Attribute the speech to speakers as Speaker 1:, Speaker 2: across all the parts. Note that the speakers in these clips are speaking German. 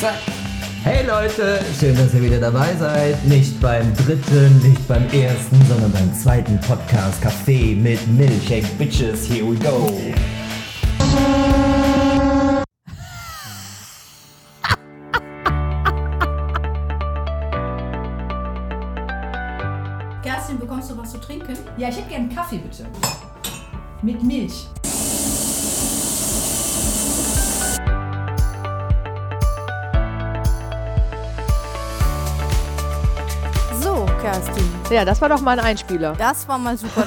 Speaker 1: Zack. Hey Leute, schön, dass ihr wieder dabei seid. Nicht beim dritten, nicht beim ersten, sondern beim zweiten Podcast Café mit Milkshake Bitches. Here we go.
Speaker 2: Kerstin, bekommst du was zu trinken? Ja, ich hätte gerne einen Kaffee, bitte. Mit Milch.
Speaker 3: So, Kerstin,
Speaker 4: Ja, das war doch mal ein Einspieler.
Speaker 3: das war mal super.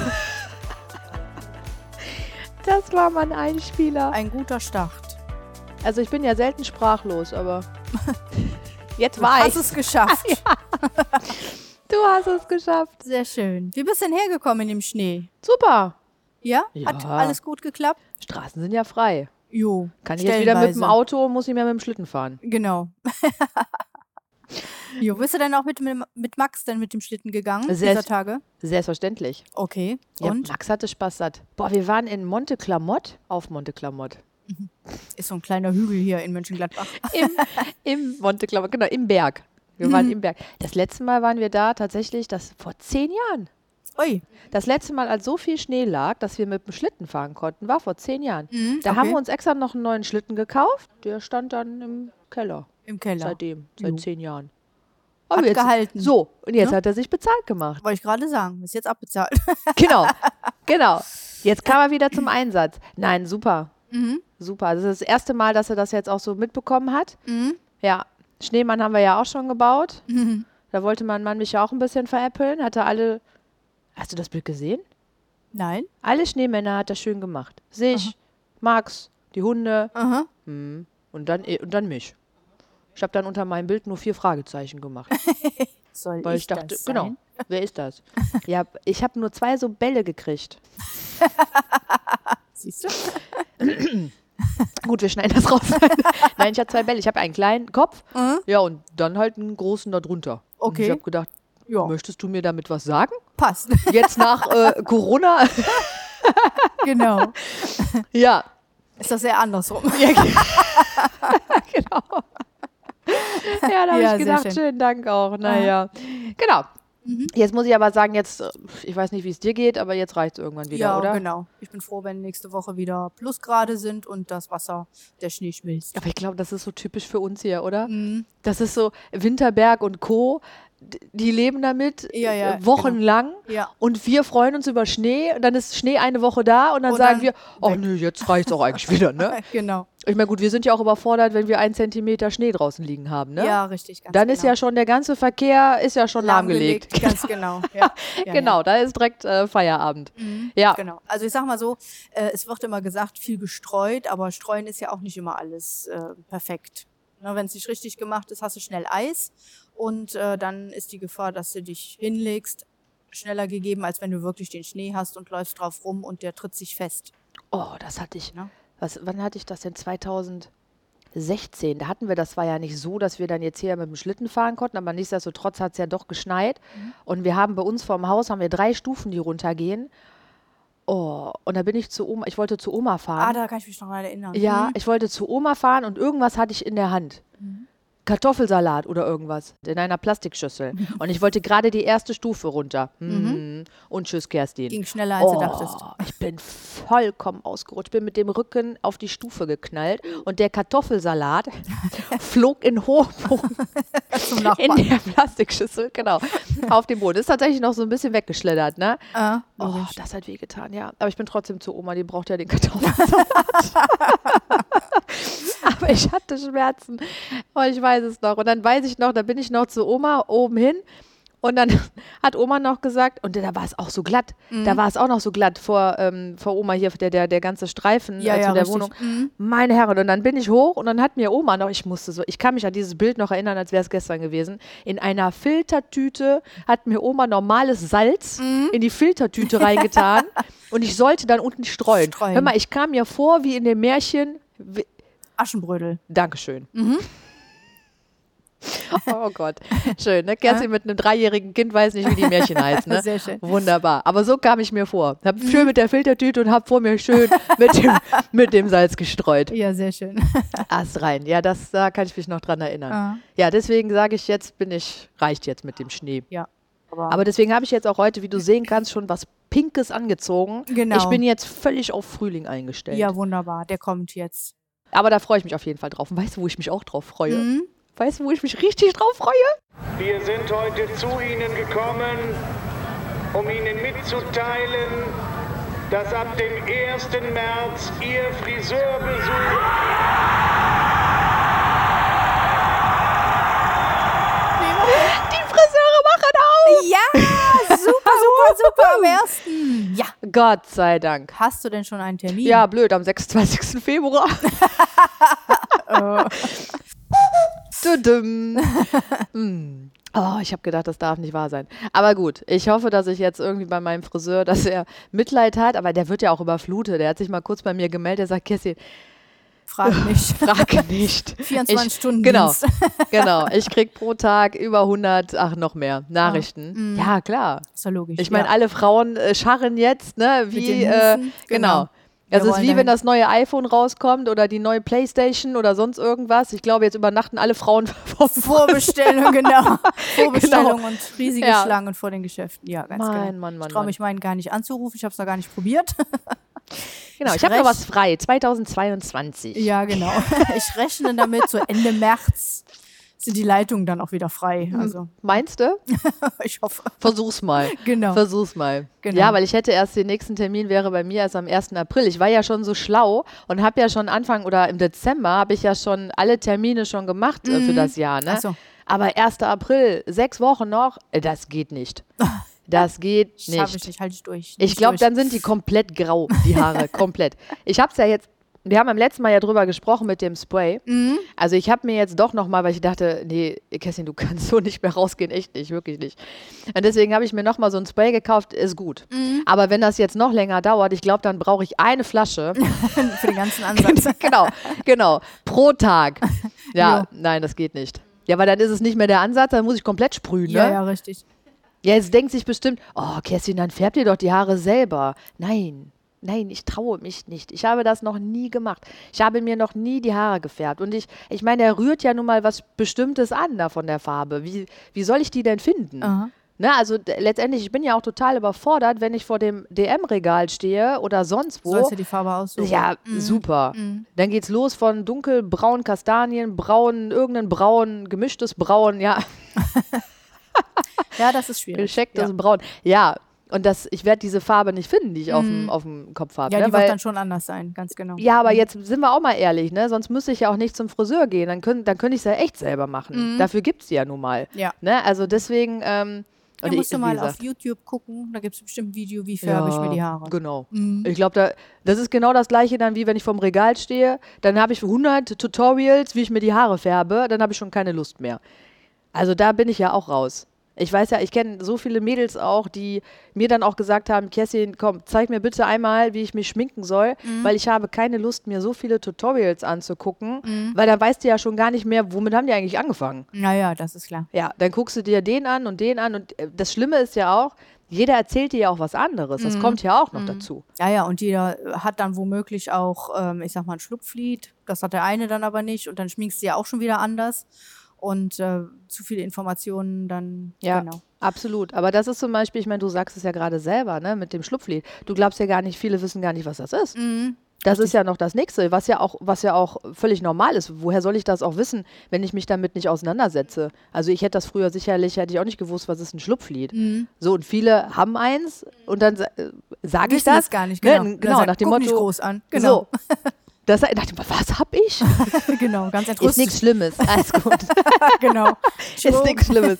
Speaker 4: Das war mal ein Einspieler.
Speaker 3: Ein guter Start.
Speaker 4: Also ich bin ja selten sprachlos, aber jetzt
Speaker 3: Du
Speaker 4: war
Speaker 3: hast
Speaker 4: ich.
Speaker 3: es geschafft.
Speaker 4: Du hast es geschafft.
Speaker 3: Sehr schön. Wie bist du denn hergekommen in dem Schnee?
Speaker 4: Super.
Speaker 3: Ja?
Speaker 4: Ja.
Speaker 3: Hat alles gut geklappt?
Speaker 4: Straßen sind ja frei.
Speaker 3: Jo.
Speaker 4: Kann ich jetzt wieder mit dem
Speaker 3: stellenweise.
Speaker 4: Auto, muss ich mehr mit dem Schlitten fahren.
Speaker 3: Genau. jo, bist du denn auch mit, mit, mit Max denn mit dem Schlitten gegangen
Speaker 4: Sehr-
Speaker 3: dieser Tage?
Speaker 4: Selbstverständlich.
Speaker 3: Okay.
Speaker 4: Ja,
Speaker 3: Und?
Speaker 4: Max hatte Spaß satt. Boah, wir waren in Monte Clamott, auf Monte Clamott.
Speaker 3: Ist so ein kleiner Hügel hier in Mönchengladbach.
Speaker 4: Im, im Monte Clamott, genau, im Berg. Wir waren im Berg. Mhm. Das letzte Mal waren wir da tatsächlich, das vor zehn Jahren.
Speaker 3: Ui.
Speaker 4: Das letzte Mal, als so viel Schnee lag, dass wir mit dem Schlitten fahren konnten, war vor zehn Jahren.
Speaker 3: Mhm,
Speaker 4: Da
Speaker 3: okay.
Speaker 4: haben wir uns extra noch einen neuen Schlitten gekauft. Der stand dann im Keller.
Speaker 3: Im Keller.
Speaker 4: Seitdem, seit
Speaker 3: Jo.
Speaker 4: zehn Jahren.
Speaker 3: Hat
Speaker 4: Aber jetzt,
Speaker 3: gehalten.
Speaker 4: So, und jetzt
Speaker 3: Ne?
Speaker 4: hat er sich bezahlt gemacht.
Speaker 3: Wollte ich gerade sagen. Ist jetzt abbezahlt.
Speaker 4: Genau, genau. Jetzt kam er wieder zum Einsatz. Nein, super,
Speaker 3: mhm.
Speaker 4: super. Das ist das erste Mal, dass er das jetzt auch so mitbekommen hat.
Speaker 3: Mhm.
Speaker 4: Ja, Schneemann haben wir ja auch schon gebaut.
Speaker 3: Mhm.
Speaker 4: Da wollte mein Mann mich ja auch ein bisschen veräppeln. Hatte alle, hast du das Bild gesehen?
Speaker 3: Nein.
Speaker 4: Alle Schneemänner hat er schön gemacht. Sich, Max, die Hunde,
Speaker 3: Aha.
Speaker 4: Mhm. Und dann, und dann mich. Ich habe dann unter meinem Bild nur vier Fragezeichen gemacht,
Speaker 3: Soll
Speaker 4: weil ich,
Speaker 3: ich
Speaker 4: dachte,
Speaker 3: das sein?
Speaker 4: genau, wer ist das? ja, ich habe nur zwei so Bälle gekriegt.
Speaker 3: Siehst du?
Speaker 4: Gut, wir schneiden das raus. Nein, ich habe zwei Bälle. Ich habe einen kleinen Kopf,
Speaker 3: Mhm.
Speaker 4: ja, und dann halt einen großen da drunter. Und ich
Speaker 3: Okay.
Speaker 4: habe gedacht,
Speaker 3: Ja.
Speaker 4: möchtest du mir damit was sagen?
Speaker 3: Passt.
Speaker 4: Jetzt nach äh, Corona?
Speaker 3: genau.
Speaker 4: ja,
Speaker 3: Ist das eher andersrum?
Speaker 4: genau. ja, da habe
Speaker 3: Ja, sehr
Speaker 4: ich gedacht,
Speaker 3: schön. Mhm.
Speaker 4: schönen Dank auch. Naja, genau. Jetzt muss ich aber sagen, jetzt, äh, ich weiß nicht, wie es dir geht, aber jetzt reicht es irgendwann wieder,
Speaker 3: ja,
Speaker 4: oder?
Speaker 3: genau. Ich bin froh, wenn nächste Woche wieder Plusgrade sind und das Wasser, der Schnee schmilzt.
Speaker 4: Aber ich glaube, das ist so typisch für uns hier, oder?
Speaker 3: Mhm.
Speaker 4: Das ist so Winterberg und Co. d- Die leben damit
Speaker 3: Ja, ja, genau.
Speaker 4: äh, wochenlang.
Speaker 3: Ja,
Speaker 4: Und wir freuen uns über Schnee und dann ist Schnee eine Woche da und dann
Speaker 3: Und
Speaker 4: sagen
Speaker 3: dann
Speaker 4: wir, oh
Speaker 3: weg."
Speaker 4: nö, jetzt reicht's auch eigentlich wieder, ne?
Speaker 3: genau.
Speaker 4: Ich meine, gut, wir sind ja auch überfordert, wenn wir einen Zentimeter Schnee draußen liegen haben, ne?
Speaker 3: Ja, richtig. Ganz
Speaker 4: dann
Speaker 3: genau.
Speaker 4: ist ja schon der ganze Verkehr ist ja schon lahmgelegt.
Speaker 3: Ganz genau. Ja. Ja,
Speaker 4: genau,
Speaker 3: Ja.
Speaker 4: da ist direkt äh, Feierabend.
Speaker 3: Mhm.
Speaker 4: Ja.
Speaker 3: Genau. Also ich sag mal so, äh, es wird immer gesagt, viel gestreut, aber streuen ist ja auch nicht immer alles äh, perfekt. Ne, Wenn es nicht richtig gemacht ist, hast du schnell Eis und äh, dann ist die Gefahr, dass du dich hinlegst, schneller gegeben, als wenn du wirklich den Schnee hast und läufst drauf rum und der tritt sich fest.
Speaker 4: Oh, das hatte ich.
Speaker 3: Ne?
Speaker 4: Was, wann hatte ich das denn? 2016. Da hatten wir, das war ja nicht so, dass wir dann jetzt hier mit dem Schlitten fahren konnten, aber nichtsdestotrotz hat es ja doch geschneit.
Speaker 3: Mhm.
Speaker 4: Und wir haben bei uns vorm Haus haben wir drei Stufen, die runtergehen. Oh, und da bin ich zu Oma, ich wollte zu Oma
Speaker 3: Ah,
Speaker 4: fahren.
Speaker 3: da kann ich mich noch mal erinnern.
Speaker 4: ja,
Speaker 3: Mhm.
Speaker 4: ich wollte zu Oma fahren und irgendwas hatte ich in der Hand. Kartoffelsalat oder irgendwas in einer Plastikschüssel. Und ich wollte gerade die erste Stufe runter.
Speaker 3: Mhm.
Speaker 4: Hm. Und tschüss, Kerstin.
Speaker 3: Ging schneller, als
Speaker 4: oh,
Speaker 3: du dachtest.
Speaker 4: Ich bin vollkommen ausgerutscht, bin mit dem Rücken auf die Stufe geknallt und der Kartoffelsalat flog in hohem Bogen
Speaker 3: Zum
Speaker 4: in
Speaker 3: Nachbarn.
Speaker 4: der Plastikschüssel, genau, auf den Boden. Ist tatsächlich noch so ein bisschen weggeschlittert, ne?
Speaker 3: Ah,
Speaker 4: Oh,
Speaker 3: logisch.
Speaker 4: das hat wehgetan, ja. Aber ich bin trotzdem zu Oma, die braucht ja den Kartoffelsalat. Aber ich hatte Schmerzen. Oh, ich weiß es noch. Und dann weiß ich noch, da bin ich noch zu Oma oben hin. Und dann hat Oma noch gesagt, und da war es auch so glatt.
Speaker 3: Mhm.
Speaker 4: Da war es auch noch so glatt vor, ähm, vor Oma hier, der, der, der ganze Streifen
Speaker 3: ja,
Speaker 4: äh, zu
Speaker 3: ja,
Speaker 4: der
Speaker 3: richtig.
Speaker 4: Wohnung.
Speaker 3: Mhm.
Speaker 4: Meine Herren, und dann bin ich hoch und dann hat mir Oma noch, ich musste so, ich kann mich an dieses Bild noch erinnern, als wäre es gestern gewesen, in einer Filtertüte hat mir Oma normales Salz
Speaker 3: Mhm.
Speaker 4: in die Filtertüte reingetan und ich sollte dann unten streuen.
Speaker 3: Streuen.
Speaker 4: Hör mal, ich kam mir vor wie in dem Märchen. Wie,
Speaker 3: Aschenbrödel.
Speaker 4: Dankeschön. Oh Gott, schön, ne? Kerstin mit einem dreijährigen Kind weiß nicht, wie die Märchen heißt, ne?
Speaker 3: Sehr schön. Mhm.
Speaker 4: Wunderbar. Aber so kam ich mir vor. Hab schön mit der Filtertüte und hab vor mir schön mit dem, mit dem Salz gestreut.
Speaker 3: Ja, sehr schön.
Speaker 4: Ast rein. Ja, das, da kann ich mich noch dran erinnern.
Speaker 3: Ah.
Speaker 4: Ja, deswegen sage ich, jetzt bin ich, reicht jetzt mit dem Schnee.
Speaker 3: Ja.
Speaker 4: Aber deswegen habe ich jetzt auch heute, wie du sehen kannst, schon was Pinkes angezogen.
Speaker 3: Genau.
Speaker 4: Ich bin jetzt völlig auf Frühling eingestellt.
Speaker 3: ja, wunderbar. Der kommt jetzt.
Speaker 4: Aber da freue ich mich auf jeden Fall drauf. Und weißt du, wo ich mich auch drauf freue?
Speaker 3: Mhm.
Speaker 4: Weißt du, wo ich mich richtig drauf freue?
Speaker 5: Wir sind heute zu Ihnen gekommen, um Ihnen mitzuteilen, dass ab dem 1. März Ihr Friseurbesuch
Speaker 4: Die Friseure machen auf!
Speaker 3: Ja, super, super, super am ersten. Ja.
Speaker 4: Gott sei Dank.
Speaker 3: Hast du denn schon einen Termin?
Speaker 4: Ja, blöd, am 26. Februar. Tudum. Hm. Oh, ich habe gedacht, das darf nicht wahr sein. Aber gut, ich hoffe, dass ich jetzt irgendwie bei meinem Friseur, dass er Mitleid hat, aber der wird ja auch überflutet. Der hat sich mal kurz bei mir gemeldet, der sagt, Kessin,
Speaker 3: Frag mich.
Speaker 4: frage nicht.
Speaker 3: 24
Speaker 4: Ich-
Speaker 3: Stunden
Speaker 4: Genau,
Speaker 3: Dienst.
Speaker 4: genau. Ich krieg pro Tag über 100, ach noch
Speaker 3: Ah,
Speaker 4: mehr,
Speaker 3: mm.
Speaker 4: Nachrichten. Ja, klar.
Speaker 3: Ist ja logisch.
Speaker 4: Ich meine,
Speaker 3: ja.
Speaker 4: alle Frauen äh, scharren jetzt, ne? Wie,
Speaker 3: den
Speaker 4: äh,
Speaker 3: Hufen,
Speaker 4: genau.
Speaker 3: genau. Wir
Speaker 4: Das ist
Speaker 3: wollen
Speaker 4: wie
Speaker 3: dahin.
Speaker 4: wenn das neue iPhone rauskommt oder die neue Playstation oder sonst irgendwas. Ich glaube, jetzt übernachten alle Frauen vor
Speaker 3: Vorbestellung, genau. Vorbestellung
Speaker 4: Genau.
Speaker 3: und riesige
Speaker 4: Ja.
Speaker 3: Schlangen vor den Geschäften. Ja, ganz
Speaker 4: Mann,
Speaker 3: genau.
Speaker 4: Mann, Mann,
Speaker 3: ich traue mich meinen gar nicht anzurufen. Ich habe es noch gar nicht probiert.
Speaker 4: Genau, ich habe noch
Speaker 3: Frech.
Speaker 4: was frei. 2022.
Speaker 3: ja, genau. Ich rechne damit, so Ende März sind die Leitungen dann auch wieder frei.
Speaker 4: Mhm.
Speaker 3: Also,
Speaker 4: Meinst du?
Speaker 3: ich hoffe.
Speaker 4: Versuch's mal.
Speaker 3: Genau.
Speaker 4: Versuch's mal.
Speaker 3: Genau.
Speaker 4: Ja, weil ich hätte erst den nächsten Termin wäre bei mir erst am 1. April. Ich war ja schon so schlau und habe ja schon Anfang oder im Dezember habe ich ja schon alle Termine schon gemacht äh, für das Jahr. Ne?
Speaker 3: Mhm. Ach so.
Speaker 4: Aber 1. April, sechs Wochen noch, äh, das geht nicht. Das geht
Speaker 3: Ich
Speaker 4: nicht.
Speaker 3: Schaffe ich nicht, halte ich durch.
Speaker 4: Ich
Speaker 3: Nicht
Speaker 4: glaube,
Speaker 3: durch.
Speaker 4: dann sind die komplett grau, die Haare, komplett. Ich habe es ja jetzt, wir haben am letzten Mal ja drüber gesprochen mit dem Spray.
Speaker 3: Mhm.
Speaker 4: Also ich habe mir jetzt doch nochmal, weil ich dachte, nee, Kerstin, du kannst so nicht mehr rausgehen, echt nicht, wirklich nicht. Und deswegen habe ich mir nochmal so ein Spray gekauft, ist gut.
Speaker 3: Mhm.
Speaker 4: Aber wenn das jetzt noch länger dauert, ich glaube, dann brauche ich eine Flasche.
Speaker 3: für den ganzen Ansatz.
Speaker 4: genau, genau, pro Tag. Ja,
Speaker 3: Jo.
Speaker 4: nein, das geht nicht. Ja, weil dann ist es nicht mehr der Ansatz, dann muss ich komplett sprühen, ne?
Speaker 3: ja, ja, richtig.
Speaker 4: Ja, jetzt denkt sich bestimmt, oh, Kerstin, dann färbt ihr doch die Haare selber. Nein, nein, ich traue mich nicht. Ich habe das noch nie gemacht. Ich habe mir noch nie die Haare gefärbt. Und ich, ich meine, er rührt ja nun mal was Bestimmtes an da von der Farbe. Wie, wie soll ich die denn finden?
Speaker 3: Aha.
Speaker 4: Ne, also d- letztendlich, ich bin ja auch total überfordert, wenn ich vor dem DM-Regal stehe oder sonst wo.
Speaker 3: Sollst du die Mhm. Farbe aussuchen?
Speaker 4: Ja, super. Dann geht's los von dunkelbraun, Kastanien, braun, irgendein braun, gemischtes Braun, ja,
Speaker 3: Ja, das ist schwierig.
Speaker 4: geschecktes
Speaker 3: ja.
Speaker 4: Braun. Ja, und das, ich werde diese Farbe nicht finden, die ich auf dem auf dem Kopf habe.
Speaker 3: Mhm. Ja,
Speaker 4: ne?
Speaker 3: die
Speaker 4: Weil,
Speaker 3: wird dann schon anders sein, ganz genau.
Speaker 4: ja, aber jetzt sind wir auch mal ehrlich, ne? Sonst müsste ich ja auch nicht zum Friseur gehen. Dann könnte dann könnte ich es ja echt selber machen. Dafür gibt's die ja nun mal.
Speaker 3: Mhm. Ja.
Speaker 4: Ne? Also deswegen. Ähm,
Speaker 3: Da
Speaker 4: und
Speaker 3: musst
Speaker 4: ich-
Speaker 3: du
Speaker 4: wie
Speaker 3: mal
Speaker 4: gesagt,
Speaker 3: auf YouTube gucken, da gibt es bestimmt ein Video, wie färbe ich mir die Haare. Mhm.
Speaker 4: Genau. Ich glaube, da, das ist genau das gleiche dann, wie wenn ich vorm Regal stehe. Dann habe ich 100 Tutorials, wie ich mir die Haare färbe. Dann habe ich schon keine Lust mehr. Also da bin ich ja auch raus. Ich weiß ja, ich kenne so viele Mädels auch, die mir dann auch gesagt haben, Kessin, komm, zeig mir bitte einmal, wie ich mich schminken soll,
Speaker 3: Mhm.
Speaker 4: weil ich habe keine Lust, mir so viele Tutorials anzugucken,
Speaker 3: Mhm.
Speaker 4: weil dann weißt du ja schon gar nicht mehr, womit haben die eigentlich angefangen.
Speaker 3: Naja, das ist klar.
Speaker 4: Ja, dann guckst du dir den an und den an. Und äh, das Schlimme ist ja auch, jeder erzählt dir ja auch was anderes. Das kommt ja auch noch dazu.
Speaker 3: Ja, ja, und jeder äh, hat dann womöglich auch, ähm, ich sag mal, ein Schlupflied. Das hat der eine dann aber nicht. Und dann schminkst du ja auch schon wieder anders. Und äh, zu viele Informationen dann,
Speaker 4: Ja,
Speaker 3: genau.
Speaker 4: absolut. Aber das ist zum Beispiel, ich meine, du sagst es ja gerade selber, ne, mit dem Schlupflied. Du glaubst ja gar nicht, viele wissen gar nicht, was das ist.
Speaker 3: Mhm.
Speaker 4: Das ist ja noch das Nächste, was ja auch, was ja auch völlig normal ist. Woher soll ich das auch wissen, wenn ich mich damit nicht auseinandersetze? Also ich hätte das früher sicherlich, hätte ich auch nicht gewusst, was ist ein Schlupflied.
Speaker 3: Mhm.
Speaker 4: So, und viele haben eins und dann äh, sage
Speaker 3: Wissen
Speaker 4: ich das.
Speaker 3: das gar nicht,
Speaker 4: Ne,
Speaker 3: genau.
Speaker 4: n-
Speaker 3: Oder
Speaker 4: Genau,
Speaker 3: sagen,
Speaker 4: nach dem
Speaker 3: guck
Speaker 4: Motto.
Speaker 3: nicht groß an. Genau.
Speaker 4: So. Das, ich dachte, was hab ich?
Speaker 3: genau, ganz
Speaker 4: Ist
Speaker 3: entrüstet.
Speaker 4: nichts Schlimmes. Alles gut.
Speaker 3: genau.
Speaker 4: ist nichts Schlimmes.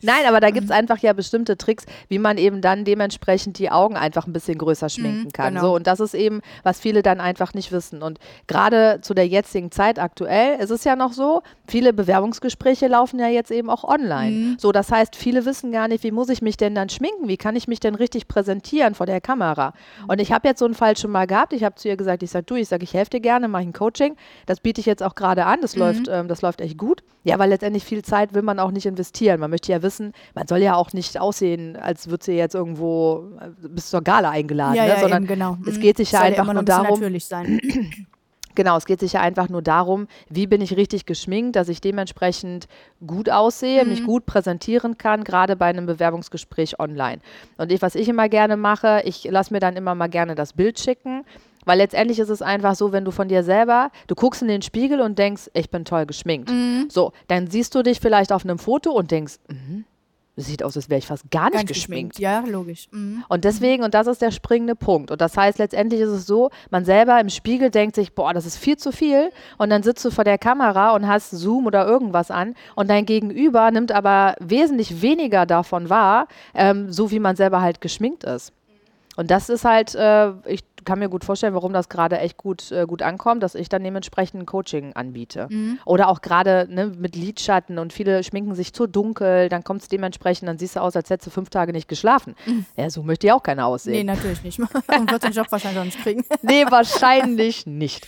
Speaker 4: Nein, aber da gibt es einfach ja bestimmte Tricks, wie man eben dann dementsprechend die Augen einfach ein bisschen größer schminken kann.
Speaker 3: genau.
Speaker 4: So, und das ist eben, was viele dann einfach nicht wissen. Und gerade zu der jetzigen Zeit aktuell ist es ja noch so, viele Bewerbungsgespräche laufen ja jetzt eben auch online. So, das heißt, viele wissen gar nicht, wie muss ich mich denn dann schminken? Wie kann ich mich denn richtig präsentieren vor der Kamera? Und ich habe jetzt so einen Fall schon mal gehabt. Ich habe zu ihr gesagt, ich sage, du, ich sage, ich helfe dir gerne, mache ein Coaching. Das biete ich jetzt auch gerade an. Das läuft, ähm, das läuft echt gut. Ja, weil letztendlich viel Zeit will man auch nicht investieren. Man möchte ja wissen, man soll ja auch nicht aussehen, als würde sie jetzt irgendwo äh, bis zur Gala eingeladen,
Speaker 3: ja,
Speaker 4: ne?
Speaker 3: ja,
Speaker 4: sondern
Speaker 3: eben, genau.
Speaker 4: es
Speaker 3: Mhm.
Speaker 4: geht sich ja
Speaker 3: Soll
Speaker 4: einfach
Speaker 3: immer
Speaker 4: nur
Speaker 3: noch ein bisschen
Speaker 4: darum-
Speaker 3: natürlich sein.
Speaker 4: Genau, es geht sich ja einfach nur darum, wie bin ich richtig geschminkt, dass ich dementsprechend gut aussehe, mich
Speaker 3: Mhm.
Speaker 4: gut präsentieren kann, gerade bei einem Bewerbungsgespräch online. Und ich, was ich immer gerne mache, ich lasse mir dann immer mal gerne das Bild schicken, weil letztendlich ist es einfach so, wenn du von dir selber, du guckst in den Spiegel und denkst, ich bin toll geschminkt.
Speaker 3: Mhm.
Speaker 4: So, dann siehst du dich vielleicht auf einem Foto und denkst, mhm, sieht aus, als wäre ich fast gar nicht
Speaker 3: Ganz
Speaker 4: geschminkt.
Speaker 3: geschminkt. Ja, logisch. Mhm.
Speaker 4: Und deswegen, und das ist der springende Punkt. Und das heißt, letztendlich ist es so, man selber im Spiegel denkt sich, boah, das ist viel zu viel. Und dann sitzt du vor der Kamera und hast Zoom oder irgendwas an. Und dein Gegenüber nimmt aber wesentlich weniger davon wahr, ähm, so wie man selber halt geschminkt ist. Und das ist halt, äh, ich kann mir gut vorstellen, warum das gerade echt gut, äh, gut ankommt, dass ich dann dementsprechend ein Coaching anbiete. Oder auch gerade ne, mit Lidschatten und viele schminken sich zu dunkel, dann kommt es dementsprechend, dann siehst du aus, als hättest du fünf Tage nicht geschlafen. Ja, so möchte ja auch keiner
Speaker 3: Nee,
Speaker 4: aussehen.
Speaker 3: natürlich nicht. Und wird den Job wahrscheinlich auch nicht kriegen.
Speaker 4: Nee, wahrscheinlich nicht.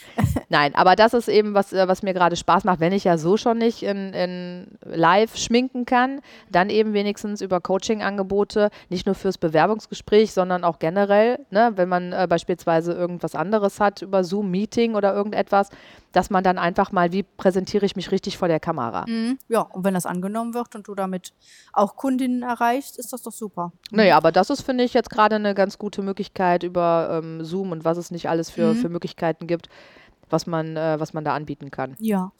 Speaker 4: Nein, aber das ist eben, was, äh, was mir gerade Spaß macht, wenn ich ja so schon nicht in, in live schminken kann, dann eben wenigstens über Coaching-Angebote, nicht nur fürs Bewerbungsgespräch, sondern auch generell, ne, wenn man äh, beispielsweise irgendwas anderes hat über Zoom-Meeting oder irgendetwas, dass man dann einfach mal, wie präsentiere ich mich richtig vor der Kamera?
Speaker 3: Ja, und wenn das angenommen wird und du damit auch Kundinnen erreichst, ist das doch super.
Speaker 4: Naja, aber das ist, finde ich, jetzt gerade eine ganz gute Möglichkeit über ähm, Zoom und was es nicht alles für, für Möglichkeiten gibt, was man, äh, was man da anbieten kann.
Speaker 3: Ja.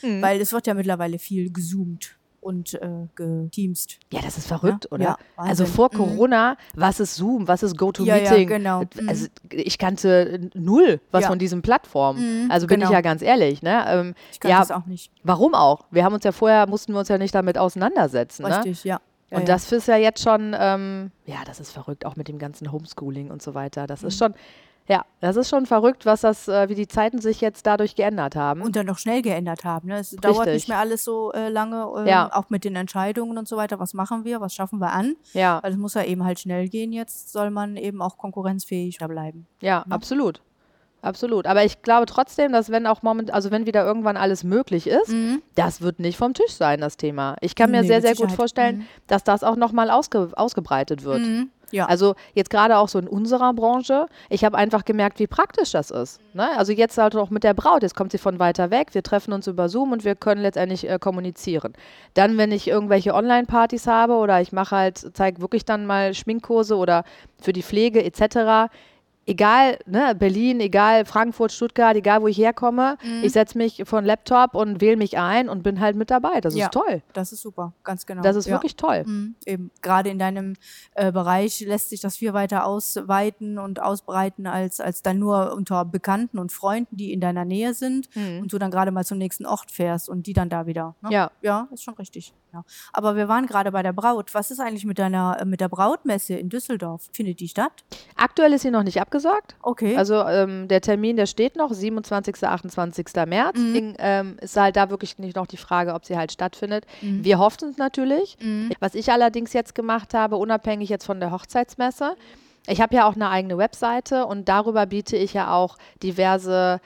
Speaker 4: Hm.
Speaker 3: Weil es wird ja mittlerweile viel gezoomt und äh, geteamst.
Speaker 4: Ja, das ist verrückt,
Speaker 3: Ja,
Speaker 4: oder?
Speaker 3: ja,
Speaker 4: also
Speaker 3: Wahnsinn.
Speaker 4: vor
Speaker 3: Mhm.
Speaker 4: Corona, was ist Zoom, was ist GoToMeeting?
Speaker 3: Ja, ja, genau. Mhm.
Speaker 4: Also ich kannte null was
Speaker 3: Ja.
Speaker 4: von diesen Plattformen.
Speaker 3: Mhm,
Speaker 4: Also bin
Speaker 3: genau.
Speaker 4: ich ja ganz ehrlich, ne? Ähm,
Speaker 3: Ich kann
Speaker 4: ja,
Speaker 3: das auch nicht.
Speaker 4: warum auch? Wir haben uns ja vorher mussten wir uns ja nicht damit auseinandersetzen, ne?
Speaker 3: Richtig, ja. ja.
Speaker 4: Und
Speaker 3: ja.
Speaker 4: das ist ja jetzt schon, ähm, ja, das ist verrückt, auch mit dem ganzen Homeschooling und so weiter. Das
Speaker 3: Mhm.
Speaker 4: ist schon, ja, das ist schon verrückt, was das, äh, wie die Zeiten sich jetzt dadurch geändert haben.
Speaker 3: und dann noch schnell geändert haben. Ne? Es dauert
Speaker 4: Richtig.
Speaker 3: nicht mehr alles so äh, lange, ähm,
Speaker 4: Ja.
Speaker 3: auch mit den Entscheidungen und so weiter. Was machen wir, was schaffen wir an?
Speaker 4: ja,
Speaker 3: Weil es muss ja eben halt schnell gehen. Jetzt soll man eben auch konkurrenzfähig bleiben.
Speaker 4: ja, absolut. Absolut. Aber ich glaube trotzdem, dass wenn auch moment, also wenn wieder irgendwann alles möglich ist, das wird nicht vom Tisch sein, das Thema. Ich kann mir
Speaker 3: Mhm. Nee,
Speaker 4: sehr,
Speaker 3: mit
Speaker 4: sehr gut
Speaker 3: Sicherheit. Mhm.
Speaker 4: vorstellen, dass das auch nochmal ausge ausgebreitet wird.
Speaker 3: Ja,
Speaker 4: Also jetzt gerade auch so in unserer Branche, ich habe einfach gemerkt, wie praktisch das ist. Ne? Also jetzt halt auch mit der Braut, jetzt kommt sie von weiter weg, wir treffen uns über Zoom und wir können letztendlich äh, kommunizieren. Dann, wenn ich irgendwelche Online-Partys habe oder ich mache halt, zeige wirklich dann mal Schminkkurse oder für die Pflege etc., Egal, ne, Berlin, egal, Frankfurt, Stuttgart, egal wo ich herkomme,
Speaker 3: Mhm.
Speaker 4: ich setze mich vor den Laptop und wähle mich ein und bin halt mit dabei. Das
Speaker 3: Ja.
Speaker 4: ist toll.
Speaker 3: das ist super, ganz genau.
Speaker 4: Das ist
Speaker 3: ja.
Speaker 4: wirklich toll.
Speaker 3: Mhm, eben, gerade in deinem äh, Bereich lässt sich das viel weiter ausweiten und ausbreiten als, als dann nur unter Bekannten und Freunden, die in deiner Nähe sind und du dann gerade mal zum nächsten Ort fährst und die dann da wieder. Ne?
Speaker 4: Mhm. Ja.
Speaker 3: Ja, ist schon richtig. Ja. Aber wir waren gerade bei der Braut. Was ist eigentlich mit deiner, äh, mit der Brautmesse in Düsseldorf? Findet die statt?
Speaker 4: Aktuell ist sie noch nicht abgesagt.
Speaker 3: Okay.
Speaker 4: Also ähm, der Termin, der steht noch, 27. 28. März. Deswegen ähm, ist halt da wirklich nicht noch die Frage, ob sie halt stattfindet. Wir hoffen es natürlich. Was ich allerdings jetzt gemacht habe, unabhängig jetzt von der Hochzeitsmesse, ich habe ja auch eine eigene Webseite und darüber biete ich ja auch diverse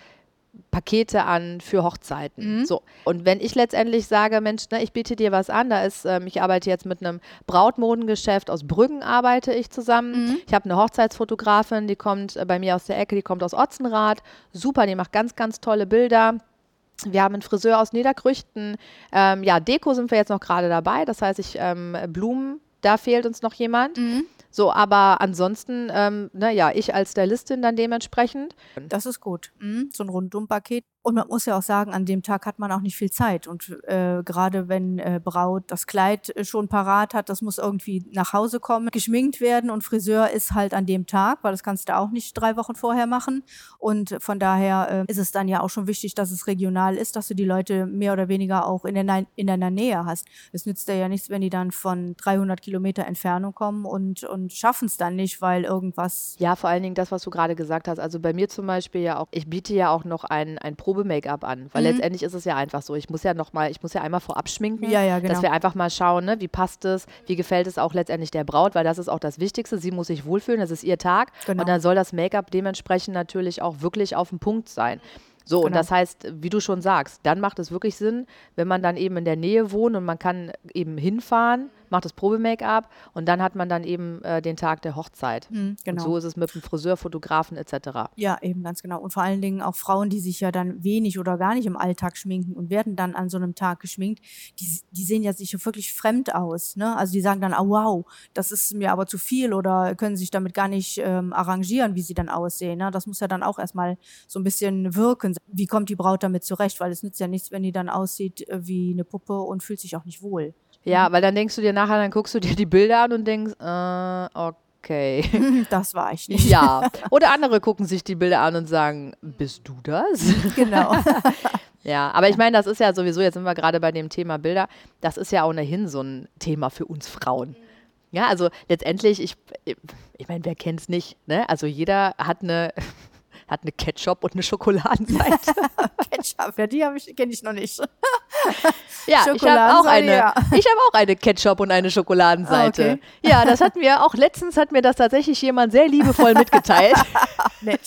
Speaker 4: Pakete an für Hochzeiten. So. Und wenn ich letztendlich sage, Mensch, ne, ich biete dir was an, da ist, ähm, ich arbeite jetzt mit einem Brautmodengeschäft aus Brüggen arbeite ich zusammen. Ich habe eine Hochzeitsfotografin, die kommt äh, bei mir aus der Ecke, die kommt aus Otzenrath. Super, die macht ganz, ganz tolle Bilder. Wir haben einen Friseur aus Niederkrüchten. Ähm, ja, Deko sind wir jetzt noch gerade dabei. Das heißt, ich ähm, Blumen, da fehlt uns noch jemand. So, aber ansonsten, ähm, naja, ich als Stylistin dann dementsprechend.
Speaker 3: Das ist gut. Mhm. So ein Rundum-Paket. Und man muss ja auch sagen, an dem Tag hat man auch nicht viel Zeit. Und äh, gerade wenn äh, Braut das Kleid äh, schon parat hat, das muss irgendwie nach Hause kommen, geschminkt werden und Friseur ist halt an dem Tag, weil das kannst du auch nicht drei Wochen vorher machen. Und von daher äh, ist es dann ja auch schon wichtig, dass es regional ist, dass du die Leute mehr oder weniger auch in, der, Nei- in deiner Nähe hast. Es nützt dir ja nichts, wenn die dann von 300 Kilometer Entfernung kommen und, und schaffen es dann nicht, weil irgendwas
Speaker 4: Ja, vor allen Dingen das, was du gerade gesagt hast. Also bei mir zum Beispiel ja auch, ich biete ja auch noch ein, ein Probe-Make-up an,
Speaker 3: Mhm.
Speaker 4: weil letztendlich ist es ja einfach so. Ich muss ja noch mal, ich muss ja einmal vorab schminken,
Speaker 3: Ja, ja,
Speaker 4: dass
Speaker 3: genau.
Speaker 4: wir einfach mal schauen, ne, wie passt es, wie gefällt es auch letztendlich der Braut, weil das ist auch das Wichtigste. Sie muss sich wohlfühlen, das ist ihr Tag
Speaker 3: Genau.
Speaker 4: und dann soll das Make-up dementsprechend natürlich auch wirklich auf den Punkt sein. So,
Speaker 3: Genau.
Speaker 4: und das heißt, wie du schon sagst, dann macht es wirklich Sinn, wenn man dann eben in der Nähe wohnt und man kann eben hinfahren, macht das Probe-Make-up und dann hat man dann eben äh, den Tag der Hochzeit.
Speaker 3: Hm,
Speaker 4: Und
Speaker 3: genau.
Speaker 4: so ist es mit dem Friseur, Fotografen etc.
Speaker 3: Ja, eben ganz genau. Und vor allen Dingen auch Frauen, die sich ja dann wenig oder gar nicht im Alltag schminken und werden dann an so einem Tag geschminkt, die, die sehen ja sich ja wirklich fremd aus. Ne? Also die sagen dann, ah wow, das ist mir aber zu viel oder können sich damit gar nicht ähm, arrangieren, wie sie dann aussehen. Ne? Das muss ja dann auch erstmal so ein bisschen wirken. Wie kommt die Braut damit zurecht? Weil es nützt ja nichts, wenn die dann aussieht äh, wie eine Puppe und fühlt sich auch nicht wohl.
Speaker 4: Ja, weil dann denkst du dir nachher, dann guckst du dir die Bilder an und denkst, äh, okay.
Speaker 3: Das war ich nicht.
Speaker 4: Ja. Oder andere gucken sich die Bilder an und sagen, bist du das?
Speaker 3: Genau.
Speaker 4: Ja, aber ich meine, das ist ja sowieso, jetzt sind wir gerade bei dem Thema Bilder, das ist ja ohnehin so ein Thema für uns Frauen. Ja, also letztendlich, ich, ich meine, wer kennt's nicht, ne? Also jeder hat eine, hat eine Ketchup und eine Schokoladenseite.
Speaker 3: Ketchup, ja, die habe ich, kenne ich noch nicht.
Speaker 4: Ja, ich habe auch
Speaker 3: Schokoladenseite,
Speaker 4: eine,
Speaker 3: ja.
Speaker 4: ich habe auch eine Ketchup und eine Schokoladenseite.
Speaker 3: Ah, okay.
Speaker 4: Ja, das hat mir auch letztens hat mir das tatsächlich jemand sehr liebevoll mitgeteilt.
Speaker 3: Nett.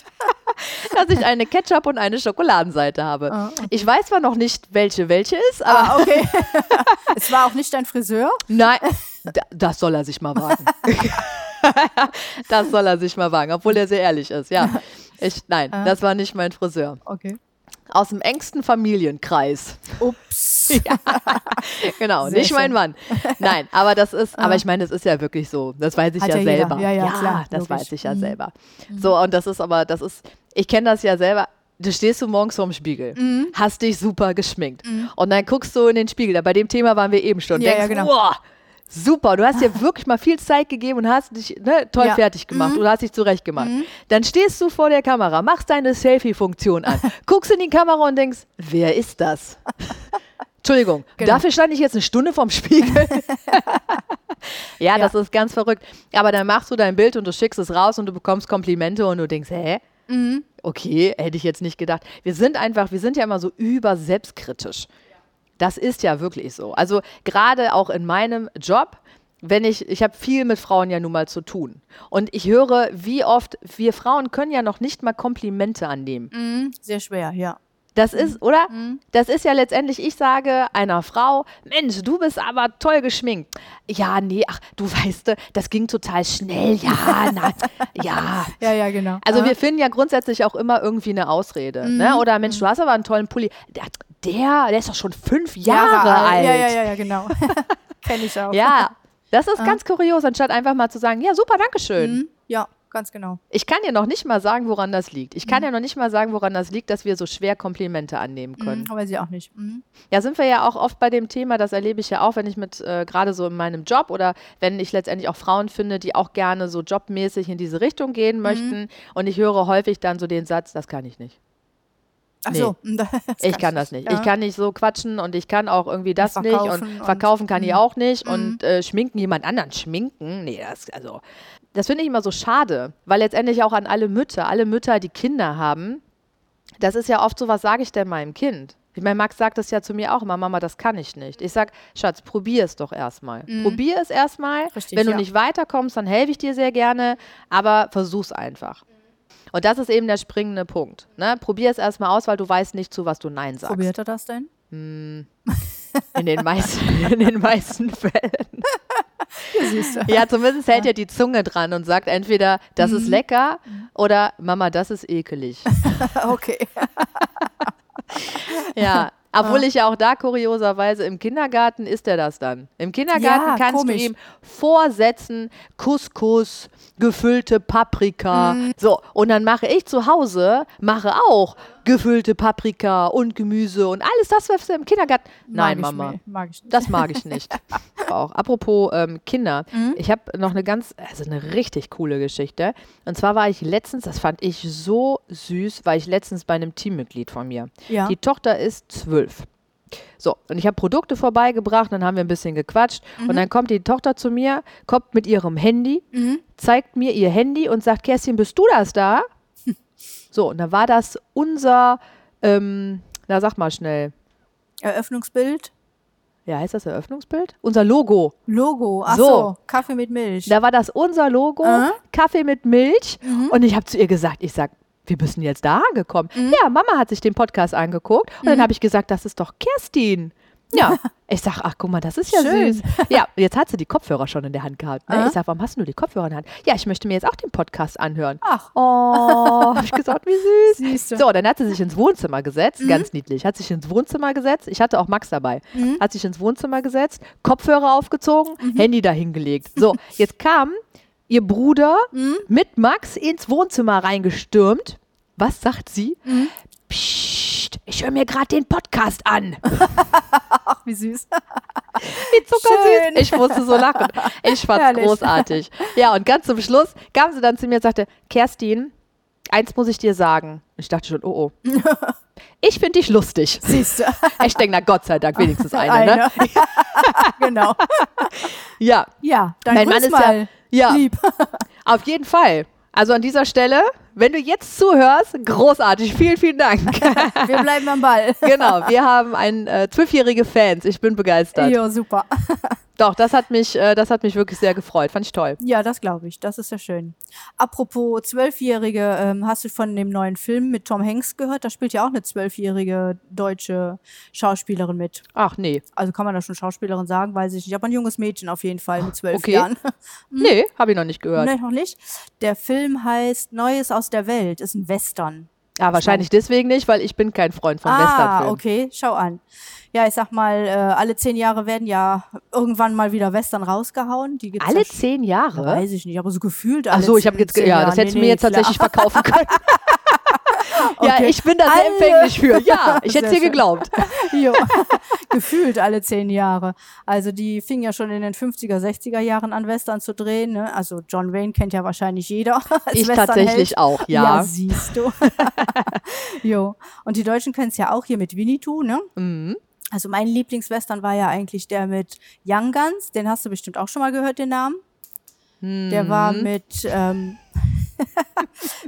Speaker 4: dass ich eine Ketchup und eine Schokoladenseite habe. Ich weiß zwar noch nicht, welche welche ist, aber
Speaker 3: Ah, okay. es war auch nicht dein Friseur.
Speaker 4: Nein, da, das soll er sich mal wagen. das soll er sich mal wagen, obwohl er sehr ehrlich ist, ja. Ich, nein,
Speaker 3: Ah.
Speaker 4: das war nicht mein Friseur.
Speaker 3: Okay.
Speaker 4: Aus dem engsten Familienkreis.
Speaker 3: Ups.
Speaker 4: Genau,
Speaker 3: Sehr
Speaker 4: nicht mein
Speaker 3: schön. Ah.
Speaker 4: Mann. Nein, aber das ist, aber ich meine, das ist ja wirklich so. Das weiß ich
Speaker 3: Hat
Speaker 4: ja,
Speaker 3: ja jeder.
Speaker 4: selber.
Speaker 3: Ja, ja, klar,
Speaker 4: das
Speaker 3: logisch. Mhm.
Speaker 4: weiß ich ja selber. So, und das ist aber, das ist, ich kenne das ja selber. Du stehst du morgens vorm Spiegel,
Speaker 3: Mhm.
Speaker 4: hast dich super geschminkt und dann guckst du in den Spiegel. Da Bei dem Thema waren wir eben schon.
Speaker 3: Ja,
Speaker 4: denkst,
Speaker 3: ja, genau.
Speaker 4: wow, super, du hast dir wirklich mal viel Zeit gegeben und hast dich ne, toll
Speaker 3: Ja. Mhm.
Speaker 4: fertig gemacht oder hast dich zurecht gemacht. Dann stehst du vor der Kamera, machst deine Selfie-Funktion an, guckst in die Kamera und denkst, wer ist das? Entschuldigung,
Speaker 3: Genau.
Speaker 4: dafür stand ich jetzt eine Stunde vorm Spiegel. ja, das ist ganz verrückt. Aber dann machst du dein Bild und du schickst es raus und du bekommst Komplimente und du denkst, hä?
Speaker 3: Mhm.
Speaker 4: Okay, hätte ich jetzt nicht gedacht. Wir sind einfach, wir sind ja immer so über selbstkritisch. Das ist ja wirklich so. Also gerade auch in meinem Job, wenn ich, ich habe viel mit Frauen ja nun mal zu tun. Und ich höre, wie oft, wir Frauen können ja noch nicht mal Komplimente annehmen.
Speaker 3: Mhm. Sehr schwer, ja.
Speaker 4: Das ist, oder?
Speaker 3: Mhm.
Speaker 4: Das ist ja letztendlich, ich sage einer Frau, Mensch, du bist aber toll geschminkt. Ja, nee, ach, du weißt, äh, das ging total schnell. Ja, na, ja.
Speaker 3: Ja, ja, Mhm. genau.
Speaker 4: Also wir finden ja grundsätzlich auch immer irgendwie eine Ausrede. Ne? Oder Mensch, du hast aber einen tollen Pulli. Der, der, der ist doch schon fünf Jahre, alt.
Speaker 3: Ja, ja, ja, ja genau. Kenne ich auch.
Speaker 4: Ja, das ist ganz kurios, anstatt einfach mal zu sagen, ja, super, danke schön.
Speaker 3: Ah. Mhm. Ja, ganz genau.
Speaker 4: Ich kann dir noch nicht mal sagen, woran das liegt. Ich kann ja noch nicht mal sagen, woran das liegt, dass wir so schwer Komplimente annehmen können.
Speaker 3: Mhm. Mhm. Aber sie auch nicht. Mhm.
Speaker 4: Ja, sind wir ja auch oft bei dem Thema, das erlebe ich ja auch, wenn ich mit äh, gerade so in meinem Job oder wenn ich letztendlich auch Frauen finde, die auch gerne so jobmäßig in diese Richtung gehen
Speaker 3: Mhm.
Speaker 4: möchten. Und ich höre häufig dann so den Satz, das kann ich nicht.
Speaker 3: Ach
Speaker 4: Nee.
Speaker 3: so. Mhm, das
Speaker 4: ich kann das nicht.
Speaker 3: Ja.
Speaker 4: Ich kann nicht so quatschen und ich kann auch irgendwie das
Speaker 3: Und
Speaker 4: nicht
Speaker 3: verkaufen
Speaker 4: und
Speaker 3: und- mhm.
Speaker 4: verkaufen kann ich auch nicht und äh, schminken jemand anderen schminken. Nee, das also das finde ich immer so schade, weil letztendlich auch an alle Mütter, alle Mütter, die Kinder haben, das ist ja oft so, was sage ich denn meinem Kind? Ich meine, Max sagt das ja zu mir auch immer, Mama, das kann ich nicht. Ich sag, Schatz, probier es doch erstmal. Probier es erstmal.
Speaker 3: Richtig,
Speaker 4: Wenn du
Speaker 3: Mhm. ja.
Speaker 4: nicht weiterkommst, dann helfe ich dir sehr gerne, aber versuch's einfach. Und das ist eben der springende Punkt. Ne? Probier es erstmal aus, weil du weißt nicht, zu was du Nein sagst.
Speaker 3: Probiert er das denn?
Speaker 4: In den meisten, in den meisten Fällen.
Speaker 3: Siehst du.
Speaker 4: Ja, zumindest hält ja Mhm. die Zunge dran und sagt entweder, das ist lecker oder Mama, das ist ekelig.
Speaker 3: Okay.
Speaker 4: Ja.
Speaker 3: Ah.
Speaker 4: Obwohl ich ja auch da kurioserweise im Kindergarten ist er das dann. Im Kindergarten
Speaker 3: Ja,
Speaker 4: kannst
Speaker 3: komisch.
Speaker 4: du ihm vorsetzen, Couscous, gefüllte Paprika.
Speaker 3: Mhm.
Speaker 4: So, und dann mache ich zu Hause, mache auch gefüllte Paprika und Gemüse und alles das, was wir im Kindergarten. Nein,
Speaker 3: Mag ich
Speaker 4: Mama.
Speaker 3: nicht. Mag ich nicht.
Speaker 4: Das mag ich nicht. auch. Apropos ähm, Kinder,
Speaker 3: Mhm.
Speaker 4: ich habe noch eine ganz, also eine richtig coole Geschichte. Und zwar war ich letztens, das fand ich so süß, war ich letztens bei einem Teammitglied von mir.
Speaker 3: Ja.
Speaker 4: Die Tochter ist zwölf. So, und ich habe Produkte vorbeigebracht, dann haben wir ein bisschen gequatscht. Und dann kommt die Tochter zu mir, kommt mit ihrem Handy, zeigt mir ihr Handy und sagt, Kerstin, bist du das da? so, und dann war das unser, ähm, na sag mal schnell,
Speaker 3: Eröffnungsbild.
Speaker 4: ja, heißt das Eröffnungsbild? Unser Logo.
Speaker 3: Logo. Ach
Speaker 4: So.
Speaker 3: so. Kaffee mit Milch.
Speaker 4: Da war das unser Logo,
Speaker 3: Aha. Mhm.
Speaker 4: Kaffee mit Milch. Und ich habe zu ihr gesagt, ich sag, wir müssen jetzt da angekommen.
Speaker 3: Mhm.
Speaker 4: Ja, Mama hat sich den Podcast angeguckt und dann habe ich gesagt, das ist doch Kerstin. Ja, ich sag, ach guck mal, das ist ja
Speaker 3: Schön.
Speaker 4: süß. Ja, jetzt hat sie die Kopfhörer schon in der Hand gehabt. Ne?
Speaker 3: Ah.
Speaker 4: Ich sag, warum hast denn du die Kopfhörer in der Hand? Ja, ich möchte mir jetzt auch den Podcast anhören.
Speaker 3: Ach.
Speaker 4: Oh, hab ich gesagt, wie süß.
Speaker 3: Siehst du. Mhm.
Speaker 4: So, dann hat sie sich ins Wohnzimmer gesetzt, ganz niedlich. Hat sich ins Wohnzimmer gesetzt. Ich hatte auch Max dabei.
Speaker 3: Mhm.
Speaker 4: Hat sich ins Wohnzimmer gesetzt, Kopfhörer aufgezogen, Handy dahingelegt. So, jetzt kam ihr Bruder
Speaker 3: Mhm.
Speaker 4: mit Max ins Wohnzimmer reingestürmt. Was sagt sie?
Speaker 3: Mhm.
Speaker 4: Psst, ich höre mir gerade den Podcast an.
Speaker 3: Ach, wie süß.
Speaker 4: Wie zuckersüß.
Speaker 3: Schön.
Speaker 4: Ich musste so lachen. Ich fand's
Speaker 3: Herrlich.
Speaker 4: großartig. Ja, und ganz zum Schluss kam sie dann zu mir und sagte, Kerstin, eins muss ich dir sagen. Ich dachte schon, oh oh. Ich finde dich lustig.
Speaker 3: Siehst du.
Speaker 4: Ich denke, na Gott sei Dank, wenigstens eine. Ne?
Speaker 3: genau.
Speaker 4: Ja,
Speaker 3: Ja, dann
Speaker 4: Mein
Speaker 3: grüß
Speaker 4: Mann ist
Speaker 3: mal.
Speaker 4: ja- ja.
Speaker 3: Lieb.
Speaker 4: auf jeden Fall. Also an dieser Stelle, wenn du jetzt zuhörst, großartig. Vielen, vielen Dank.
Speaker 3: Wir bleiben am Ball.
Speaker 4: genau, wir haben ein äh, zwölfjährige Fans. Ich bin begeistert.
Speaker 3: Jo, super.
Speaker 4: Doch, das hat mich, äh, das hat mich wirklich sehr gefreut. Fand ich toll.
Speaker 3: Ja, das glaube ich. Das ist ja schön. Apropos Zwölfjährige, ähm, hast du von dem neuen Film mit Tom Hanks gehört? Da spielt ja auch eine zwölfjährige deutsche Schauspielerin mit.
Speaker 4: Ach nee,
Speaker 3: Also kann man da schon Schauspielerin sagen, weiß ich nicht. Aber ein junges Mädchen auf jeden Fall mit zwölf
Speaker 4: okay.
Speaker 3: Jahren.
Speaker 4: nee, habe ich noch nicht gehört.
Speaker 3: Nein, noch nicht. Der Film heißt Neues aus der Welt, ist ein Western.
Speaker 4: Ja, wahrscheinlich deswegen nicht, weil ich bin kein Freund von
Speaker 3: ah,
Speaker 4: Westernfilmen.
Speaker 3: okay, schau an. Ja, ich sag mal, äh, alle zehn Jahre werden ja irgendwann mal wieder Western rausgehauen. Die gibt's
Speaker 4: Alle
Speaker 3: ja schon-
Speaker 4: zehn Jahre?
Speaker 3: Weiß ich nicht, aber so gefühlt alle
Speaker 4: Ach so, ich habe
Speaker 3: zehn-
Speaker 4: jetzt, ge-
Speaker 3: zehn
Speaker 4: ja,
Speaker 3: Jahre.
Speaker 4: das hättest du
Speaker 3: Nee,
Speaker 4: mir jetzt
Speaker 3: nee, klar.
Speaker 4: tatsächlich verkaufen können. Ja,
Speaker 3: Okay.
Speaker 4: ich bin da sehr
Speaker 3: Alle-
Speaker 4: empfänglich für. Ja, ich hätte
Speaker 3: Sehr
Speaker 4: dir
Speaker 3: schön.
Speaker 4: geglaubt.
Speaker 3: Jo. Gefühlt alle zehn Jahre. Also die fingen ja schon in den 50er, 60er Jahren an, Western zu drehen. Ne? Also John Wayne kennt ja wahrscheinlich jeder. als
Speaker 4: Ich
Speaker 3: Westernheld.
Speaker 4: tatsächlich auch, ja.
Speaker 3: Ja, siehst du. jo. Und die Deutschen können es ja auch hier mit Winnie Two, ne?
Speaker 4: Mhm.
Speaker 3: Also mein Lieblingswestern war ja eigentlich der mit Young Guns. Den hast du bestimmt auch schon mal gehört, den Namen.
Speaker 4: Hm.
Speaker 3: Der war
Speaker 4: Mhm.
Speaker 3: mit, ähm,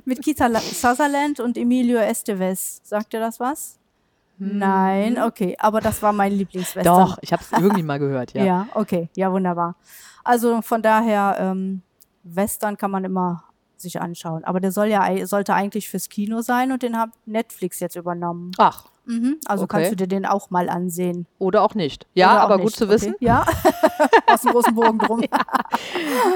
Speaker 3: mit Keith Suther- Sutherland und Emilio Estevez. Sagt dir das was? Nein, okay. Aber das war mein Lieblingswestern.
Speaker 4: Mhm. Doch, ich habe es irgendwie mal gehört,
Speaker 3: Ja.
Speaker 4: ja.
Speaker 3: okay. Ja, wunderbar. Also von daher, ähm, Western kann man immer sich anschauen. Aber der soll ja, ei- sollte eigentlich fürs Kino sein und den hat Netflix jetzt übernommen.
Speaker 4: Ach,
Speaker 3: Mhm. Also
Speaker 4: Okay.
Speaker 3: kannst du dir den auch mal ansehen.
Speaker 4: oder auch nicht. Ja,
Speaker 3: Oder auch
Speaker 4: aber gut
Speaker 3: nicht,
Speaker 4: zu wissen.
Speaker 3: Okay. Ja, aus dem großen Bogen drum.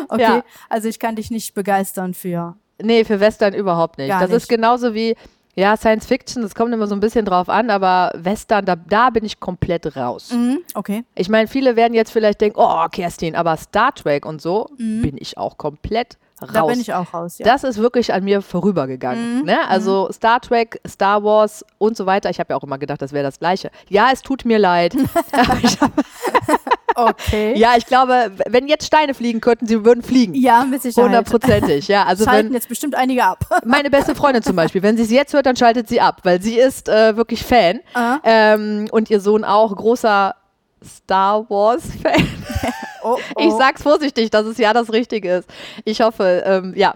Speaker 3: Okay,
Speaker 4: Ja.
Speaker 3: also ich kann dich nicht begeistern für.
Speaker 4: Nee, für Western überhaupt nicht.
Speaker 3: Gar
Speaker 4: das ist
Speaker 3: nicht.
Speaker 4: genauso wie, ja, Science Fiction, das kommt immer so ein bisschen drauf an, aber Western, da, da bin ich komplett raus.
Speaker 3: Mhm. Okay.
Speaker 4: Ich meine, viele werden jetzt vielleicht denken, oh, Kerstin, aber Star Trek und so bin ich auch komplett raus.
Speaker 3: Mhm. Da bin ich auch raus. Ja. Mhm.
Speaker 4: Das ist wirklich an mir vorübergegangen. Ne? Also Star Trek, Star Wars und so weiter. Ich habe ja auch immer gedacht, das wäre das Gleiche. Ja, es tut mir leid. Aber ich hab,
Speaker 3: okay.
Speaker 4: ja, ich glaube, wenn jetzt Steine fliegen könnten, sie würden fliegen.
Speaker 3: Ja, mit Sicherheit.
Speaker 4: Hundertprozentig. Ja, also
Speaker 3: Schalten
Speaker 4: wenn
Speaker 3: jetzt bestimmt einige ab.
Speaker 4: meine beste Freundin zum Beispiel, wenn sie es jetzt hört, dann schaltet sie ab, weil sie ist äh, wirklich Fan
Speaker 3: Ah.
Speaker 4: ähm, und ihr Sohn auch großer Star Wars Fan.
Speaker 3: Oh, oh.
Speaker 4: Ich sag's vorsichtig, dass es ja das Richtige ist. Ich hoffe, ähm, ja.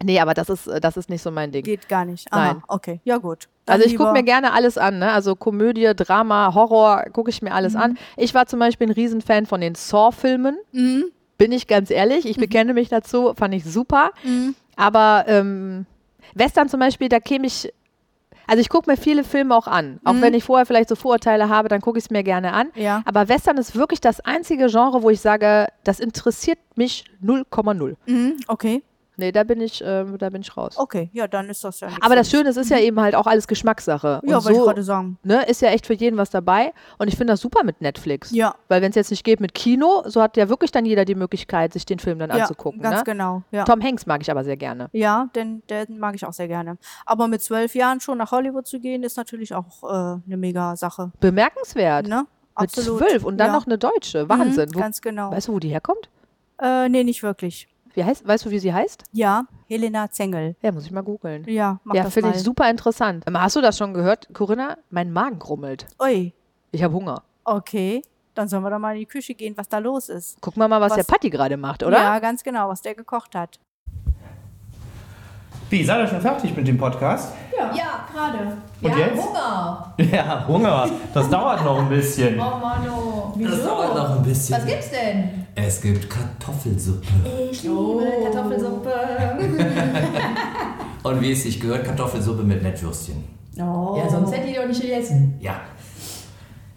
Speaker 4: Nee, aber das ist, äh, das ist nicht so mein Ding.
Speaker 3: Geht gar nicht. Aha,
Speaker 4: Nein.
Speaker 3: okay. Ja, gut. Dann
Speaker 4: Also ich gucke
Speaker 3: lieber-
Speaker 4: mir gerne alles an, ne? Also Komödie, Drama, Horror, gucke ich mir
Speaker 3: Mhm.
Speaker 4: alles an. Ich war zum Beispiel ein Riesenfan von den Saw-Filmen.
Speaker 3: Mhm,
Speaker 4: Bin ich ganz ehrlich, ich bekenne mich dazu, fand ich super.
Speaker 3: Mhm.
Speaker 4: Aber ähm, Western zum Beispiel, da käme ich. Also ich gucke mir viele Filme auch an. Auch wenn ich vorher vielleicht so Vorurteile habe, dann gucke ich es mir gerne an.
Speaker 3: Mhm. Ja.
Speaker 4: Aber Western ist wirklich das einzige Genre, wo ich sage, das interessiert mich 0,0.
Speaker 3: Mhm, okay.
Speaker 4: Nee, da bin ich, ähm, da bin ich raus.
Speaker 3: Okay, ja, dann ist das ja nichts.
Speaker 4: Aber das Schöne ist, ist ja eben halt auch alles Geschmackssache.
Speaker 3: Ja,
Speaker 4: Und
Speaker 3: wollte ich
Speaker 4: so
Speaker 3: gerade sagen.
Speaker 4: ne, ist ja echt für jeden was dabei. Und ich finde das super mit Netflix.
Speaker 3: Ja.
Speaker 4: Weil wenn es jetzt nicht geht mit Kino, so hat ja wirklich dann jeder die Möglichkeit, sich den Film dann
Speaker 3: Ja,
Speaker 4: anzugucken.
Speaker 3: ganz
Speaker 4: ne?
Speaker 3: genau. Ja.
Speaker 4: Tom Hanks mag ich aber sehr gerne.
Speaker 3: Ja, den, den mag ich auch sehr gerne. Aber mit zwölf Jahren schon nach Hollywood zu gehen, ist natürlich auch äh, eine mega Sache.
Speaker 4: Bemerkenswert.
Speaker 3: Ne?
Speaker 4: Mit zwölf und dann
Speaker 3: ja.
Speaker 4: noch eine Deutsche. Wahnsinn.
Speaker 3: Mhm,
Speaker 4: Wo,
Speaker 3: ganz genau.
Speaker 4: weißt du, wo die herkommt?
Speaker 3: Äh, nee, nicht wirklich.
Speaker 4: Wie heißt, weißt du, wie sie heißt?
Speaker 3: Ja, Helena Zengel.
Speaker 4: Ja, muss ich mal googeln.
Speaker 3: Ja, mach
Speaker 4: ja,
Speaker 3: das
Speaker 4: finde
Speaker 3: mal.
Speaker 4: ich super interessant. Ähm, Hast du das schon gehört, Corinna? Mein Magen grummelt.
Speaker 3: Ui,
Speaker 4: Ich habe Hunger.
Speaker 3: okay. Dann sollen wir doch mal in die Küche gehen, was da los ist.
Speaker 4: Gucken wir mal, was,
Speaker 3: Was-
Speaker 4: der Patti gerade macht, oder?
Speaker 3: Ja, ganz genau, was der gekocht hat.
Speaker 1: Wie, seid ihr schon fertig mit dem Podcast?
Speaker 2: Ja, gerade.
Speaker 1: Und
Speaker 2: ja,
Speaker 1: jetzt?
Speaker 2: Hunger.
Speaker 1: Ja, Hunger. Das dauert noch ein bisschen.
Speaker 2: Oh Mano.
Speaker 1: Das dauert noch ein bisschen.
Speaker 2: Was gibt's denn?
Speaker 1: Es gibt Kartoffelsuppe.
Speaker 2: Ich liebe Kartoffelsuppe.
Speaker 1: Und wie es sich gehört, Kartoffelsuppe mit Mettwürstchen.
Speaker 2: Oh. Ja, sonst hätte ich doch nicht gegessen.
Speaker 1: Ja.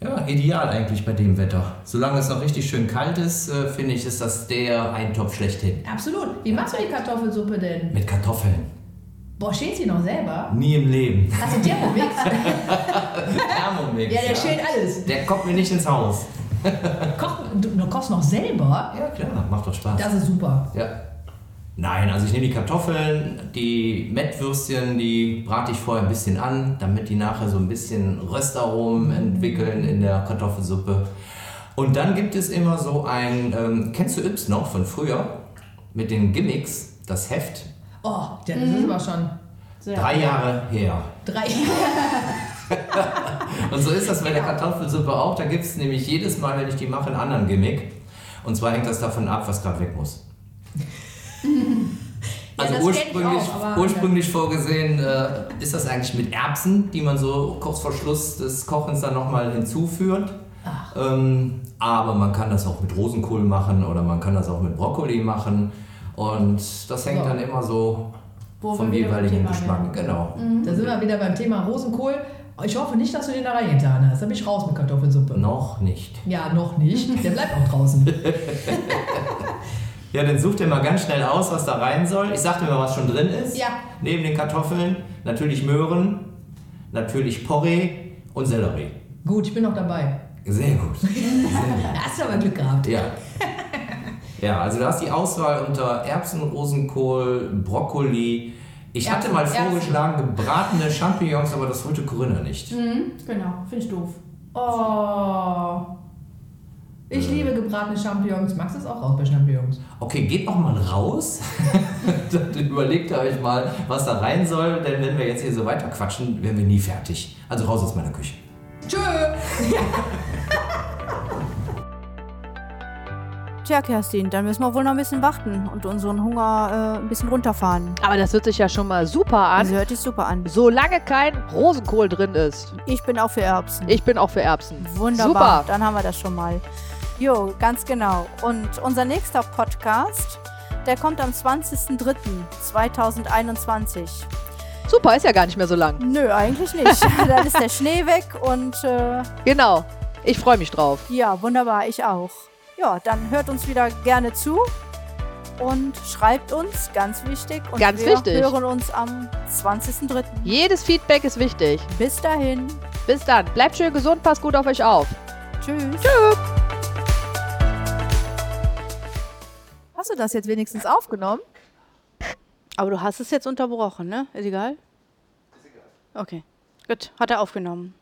Speaker 1: Ja, ideal eigentlich bei dem Wetter. Solange es noch richtig schön kalt ist, äh, finde ich, ist das der Eintopf schlechthin.
Speaker 2: Absolut. Wie machst du die Kartoffelsuppe denn?
Speaker 1: Mit Kartoffeln.
Speaker 2: Boah, steht sie noch selber?
Speaker 1: Nie im Leben.
Speaker 2: Hast du Thermomix?
Speaker 1: Thermomix.
Speaker 2: ja, der schält alles.
Speaker 1: Der kommt mir nicht ins Haus.
Speaker 2: Koch, du, du kochst noch selber?
Speaker 1: Ja, klar, macht doch Spaß.
Speaker 2: Das ist super.
Speaker 1: Ja. Nein, also ich nehme die Kartoffeln, die Mettwürstchen, die brate ich vorher ein bisschen an, damit die nachher so ein bisschen Röstaromen entwickeln in der Kartoffelsuppe. Und dann gibt es immer so ein, ähm, kennst du Yps noch von früher? Mit den Gimmicks, das Heft.
Speaker 2: Oh, das ist aber schon sehr
Speaker 1: Drei Jahre her.
Speaker 2: drei.
Speaker 1: Und so ist das bei der Kartoffelsuppe auch. Da gibt es nämlich jedes Mal, wenn ich die mache, einen anderen Gimmick. Und zwar hängt das davon ab, was gerade weg muss. Also
Speaker 2: das kenn ich
Speaker 1: ursprünglich,
Speaker 2: auch, aber-
Speaker 1: ursprünglich vorgesehen äh, ist das eigentlich mit Erbsen, die man so kurz vor Schluss des Kochens dann nochmal hinzuführt. Ähm, aber man kann das auch mit Rosenkohl machen oder man kann das auch mit Brokkoli machen. Und das hängt
Speaker 2: So.
Speaker 1: dann immer so
Speaker 2: Wo wir
Speaker 1: vom
Speaker 2: wieder beim
Speaker 1: jeweiligen
Speaker 2: Thema
Speaker 1: Geschmack.
Speaker 2: wären.
Speaker 1: Genau.
Speaker 2: Da sind wir wieder beim Thema Rosenkohl. Ich hoffe nicht, dass du den da reingetan hast. Da bin ich raus mit Kartoffelsuppe.
Speaker 1: Noch nicht.
Speaker 2: Ja, noch nicht. Der bleibt auch draußen.
Speaker 1: Ja, dann such dir mal ganz schnell aus, was da rein soll. Ich sag dir mal, was schon drin ist.
Speaker 2: Ja.
Speaker 1: Neben den Kartoffeln natürlich Möhren, natürlich Porree und Sellerie.
Speaker 2: Gut, ich bin noch dabei.
Speaker 1: Sehr gut.
Speaker 2: Da hast du aber Glück gehabt.
Speaker 1: Ja. Ja, also da ist die Auswahl unter Erbsen, Rosenkohl, Brokkoli. Ich hatte
Speaker 2: Erbsen,
Speaker 1: mal
Speaker 2: Erbsen.
Speaker 1: vorgeschlagen, gebratene Champignons, aber das wollte Corinna nicht.
Speaker 2: Genau, finde ich doof. Oh.
Speaker 1: Äh.
Speaker 2: Ich liebe gebratene Champignons. Max ist auch raus bei Champignons.
Speaker 1: Okay, geht noch mal raus. Dann Überlegt ihr euch mal, was da rein soll, denn wenn wir jetzt hier so weiter quatschen, werden wir nie fertig. Also raus aus meiner Küche.
Speaker 2: Tschö!
Speaker 3: Tja, Kerstin, dann müssen wir wohl noch ein bisschen warten und unseren Hunger äh, ein bisschen runterfahren.
Speaker 4: Aber das hört sich ja schon mal super
Speaker 3: Also
Speaker 4: an,
Speaker 3: hört sich super an.
Speaker 4: solange kein Rosenkohl drin ist.
Speaker 3: Ich bin auch für Erbsen.
Speaker 4: Ich bin auch für Erbsen.
Speaker 3: Wunderbar,
Speaker 4: Super.
Speaker 3: dann haben wir das schon mal. Jo, ganz genau. Und unser nächster Podcast, der kommt am 20.03.2021.
Speaker 4: Super, ist ja gar nicht mehr so lang.
Speaker 3: Nö, eigentlich nicht. dann ist der Schnee weg und äh,
Speaker 4: Genau. Ich freue mich drauf.
Speaker 3: ja, wunderbar, ich auch. Ja, dann hört uns wieder gerne zu und schreibt uns, ganz wichtig. Und
Speaker 4: Ganz
Speaker 3: wir
Speaker 4: wichtig.
Speaker 3: hören uns am 20.03.
Speaker 4: Jedes Feedback ist wichtig.
Speaker 3: Bis dahin.
Speaker 4: Bis dann. Bleibt schön gesund, passt gut auf euch auf.
Speaker 3: Tschüss.
Speaker 6: Hast du das jetzt wenigstens aufgenommen?
Speaker 3: Aber du hast es jetzt unterbrochen, ne? Ist egal? Ist egal. Okay. Gut, hat er aufgenommen.